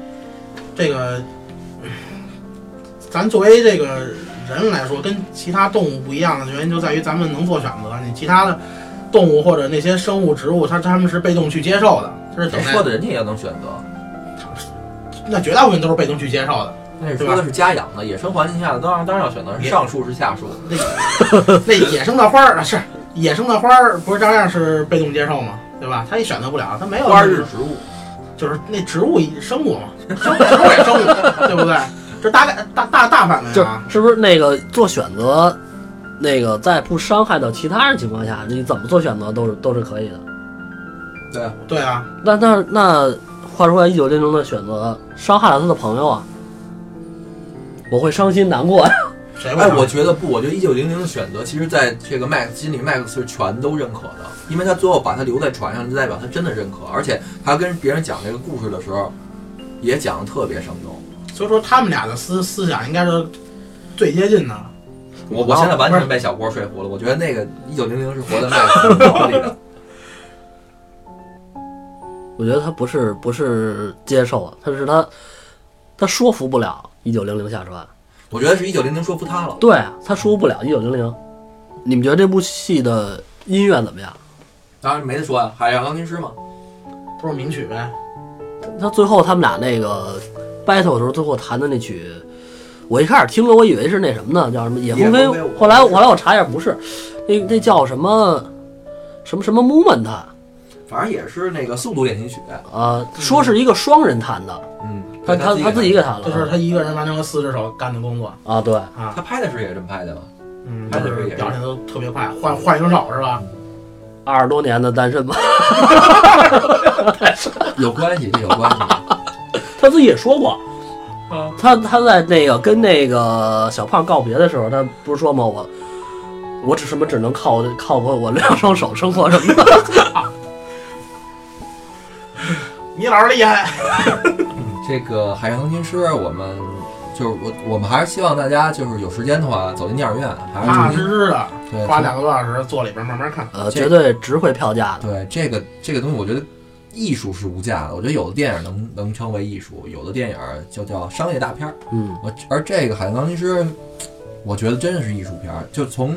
Speaker 2: 这个，嗯咱作为这个人来说，跟其他动物不一样的原因就在于咱们能做选择，你其他的动物或者那些生物、植物，它它们是被动去接受的，这是等
Speaker 1: 谁
Speaker 2: 待
Speaker 1: 说的人家也能选择，
Speaker 2: 那绝大部分都是被动去接受的，
Speaker 1: 那是说的是家养的，野生环境下的，当然当然要选择是
Speaker 2: 也
Speaker 1: 上树是下树。
Speaker 2: 那野生的花儿啊是野生的花儿，不是照样是被动接受吗？对吧？它也选择不了，它没有
Speaker 1: 花儿是植物，
Speaker 2: 就是那植物生物嘛， 生物植物也生物，对不对？这大概大大大范围
Speaker 3: 就
Speaker 2: 啊，
Speaker 3: 是不是那个做选择，那个在不伤害到其他人情况下，你怎么做选择都是都是可以的。
Speaker 1: 对啊，
Speaker 2: 对啊，
Speaker 3: 那那那，话说回来，一九零零的选择伤害了他的朋友啊，我会伤心难过。
Speaker 2: 谁不
Speaker 1: 哎，
Speaker 2: 知道
Speaker 1: 我觉得不，我觉得一九零零的选择，其实在这个 Max 心里，Max 是全都认可的，因为他最后把他留在船上，就代表他真的认可，而且他跟别人讲这个故事的时候，也讲的特别生动。
Speaker 2: 所以说他们俩的思思想应该是最接近的。
Speaker 1: 我我现在完全被小郭说服了，我觉得那个一九零零是活 在 Max 的脑里的。
Speaker 3: 我觉得他不是不是接受啊，他是他他说服不了一九零零下船，
Speaker 1: 我觉得是一九零零说服他了。
Speaker 3: 对啊他说服不了一九零零。你们觉得这部戏的音乐怎么样？
Speaker 1: 当然没得说呀、海洋钢琴师嘛，
Speaker 2: 都是名曲呗，
Speaker 3: 他最后他们俩那个 battle 的时候，最后弹的那曲，我一开始听了，我以为是那什么呢，叫什么野
Speaker 1: 野
Speaker 3: 蜂
Speaker 1: 蜂飞舞
Speaker 3: 后来我后来我查一下，不是，那那叫什么什么什么 movement 啊、
Speaker 1: 反正也是那个速度练习曲，
Speaker 3: 说是一个双人弹的，
Speaker 1: 嗯，
Speaker 3: 他
Speaker 1: 他
Speaker 3: 他他自己给弹了，
Speaker 2: 就是他一个人完成了四只手干的工作
Speaker 3: 啊，对，
Speaker 2: 啊，
Speaker 1: 他拍的时候也这么拍的嘛，
Speaker 2: 嗯，
Speaker 1: 他
Speaker 2: 就
Speaker 1: 这
Speaker 2: 是
Speaker 1: 个也是
Speaker 2: 表现都特别快，换换一只手是吧？
Speaker 3: 二十多年的单身吧，
Speaker 1: 有关系，这有关系。
Speaker 3: 他自己也说过，
Speaker 2: 啊，
Speaker 3: 他他在那个跟那个小胖告别的时候，他不是说吗？我我只什么只能靠我靠我我两双手生活什么的。
Speaker 2: 米老师厉害，
Speaker 1: 嗯这个海上钢琴师，我们就是我，我们还是希望大家就是有时间的话，走进电影院，还
Speaker 2: 踏踏
Speaker 1: 是
Speaker 2: 实
Speaker 1: 注意
Speaker 2: 实的
Speaker 1: 对
Speaker 2: 啊花
Speaker 1: 从
Speaker 2: 两个多小时坐里边慢慢看。
Speaker 3: 呃，
Speaker 1: 这
Speaker 3: 绝对值回票价的。
Speaker 1: 对这个这个东西，我觉得艺术是无价的。我觉得有的电影能能称为艺术，有的电影就叫商业大片儿。
Speaker 3: 嗯，
Speaker 1: 我而这个《海上钢琴师》，我觉得真的是艺术片儿。就从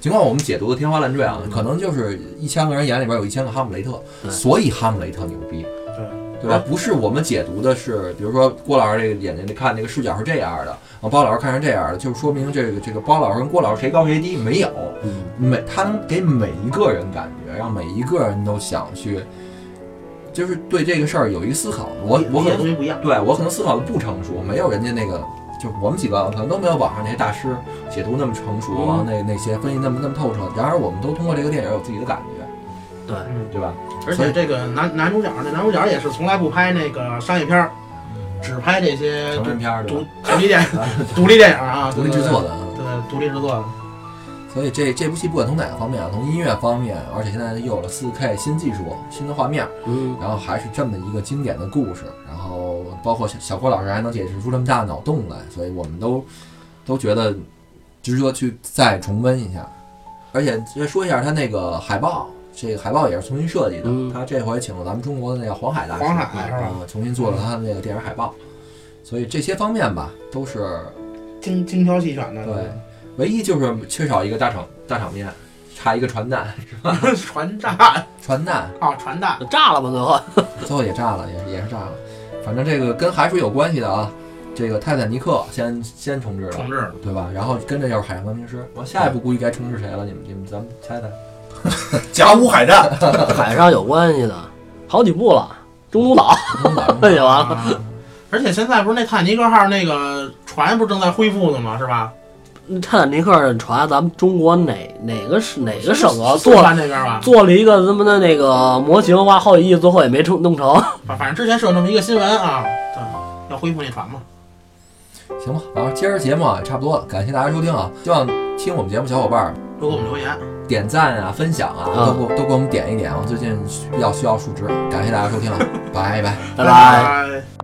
Speaker 1: 尽管我们解读的天花乱坠啊，可能就是一千个人眼里边有一千个哈姆雷特，
Speaker 3: 对
Speaker 1: 所以哈姆雷特牛逼，
Speaker 2: 对
Speaker 1: 对吧？不是我们解读的是，比如说郭老师这个眼睛看这个视角是这样的，啊，包老师看成这样的，就是说明这个这个包老师跟郭老师谁高谁低没有，
Speaker 3: 嗯
Speaker 1: 每他能给每一个人感觉，让每一个人都想去，就是对这个事儿有一个思考。我我可
Speaker 2: 理解
Speaker 1: 能
Speaker 2: 东西不一样，
Speaker 1: 对我可能思考的不成熟，没有人家那个，就是我们几个可能都没有网上那些大师解读那么成熟，
Speaker 3: 嗯
Speaker 1: 然后那那些分析那么那么透彻。然而，我们都通过这个电影有自己的感觉，
Speaker 2: 嗯，
Speaker 1: 对吧？
Speaker 2: 而
Speaker 1: 所以
Speaker 2: 且这个男男主角呢，男主角也是从来不拍那个商业片儿，只拍这些
Speaker 1: 成
Speaker 2: 独
Speaker 1: 人片儿对
Speaker 2: 独
Speaker 1: 吧？
Speaker 2: 独立电独立电影
Speaker 1: 嗯
Speaker 2: 啊，
Speaker 1: 独立制作的。嗯
Speaker 2: 对，对，独立制作的。
Speaker 1: 所以这这部戏不管从哪个方面啊，从音乐方面，而且现在又有了 4K 新技术、新的画面，
Speaker 3: 嗯，
Speaker 1: 然后还是这么一个经典的故事，然后包括小小郭老师还能解释出这么大的脑洞来，所以我们都都觉得值得去再重温一下。而且再说一下他那个海报，这个海报也是重新设计的，
Speaker 3: 嗯
Speaker 1: 他这回请了咱们中国的那个黄海大师，
Speaker 2: 黄海是吧
Speaker 1: 嗯重新做了他的那个电影海报，所以这些方面吧，都是
Speaker 2: 精精挑细选的，
Speaker 1: 对唯一就是缺少一个大场大场面，差一个传弹，
Speaker 2: 对，船炸啊，
Speaker 1: 传弹
Speaker 2: 船炸，
Speaker 3: 炸了吧最后？
Speaker 1: 最后也炸了，也也是炸了。反正这个跟海水有关系的啊，这个泰坦尼克先先重置了
Speaker 2: 重，置了，
Speaker 1: 对吧？然后跟着就是海上钢琴师，我下一步估计该重置谁了？你们你们咱们猜猜，
Speaker 4: 甲午海战，
Speaker 3: 海上有关系的，好几部了，中途岛
Speaker 1: 能打中
Speaker 3: 那就完了。
Speaker 2: 啊而且现在不是那泰坦尼克号那个船不是正在恢复呢吗？是吧？
Speaker 3: 泰坦尼克的船，咱们中国哪哪个省哪个省啊
Speaker 2: 四
Speaker 3: 做了
Speaker 2: 川那边吧，
Speaker 3: 做了一个他妈的那个模型，花好几亿，最后也没成弄成。
Speaker 2: 反反正之前是有那么一个新闻啊，对，要恢复那船嘛。
Speaker 1: 行吧，然后今儿节目啊也差不多了，感谢大家收听啊！希望听我们节目小伙伴儿
Speaker 2: 都给我们留言，
Speaker 1: 点赞啊、分享啊，
Speaker 3: 嗯
Speaker 1: 都给我
Speaker 2: 哎
Speaker 1: 都给我们点一点啊！我最近比较需要数值，感谢大家收听啊，拜拜。
Speaker 3: 拜拜
Speaker 2: 拜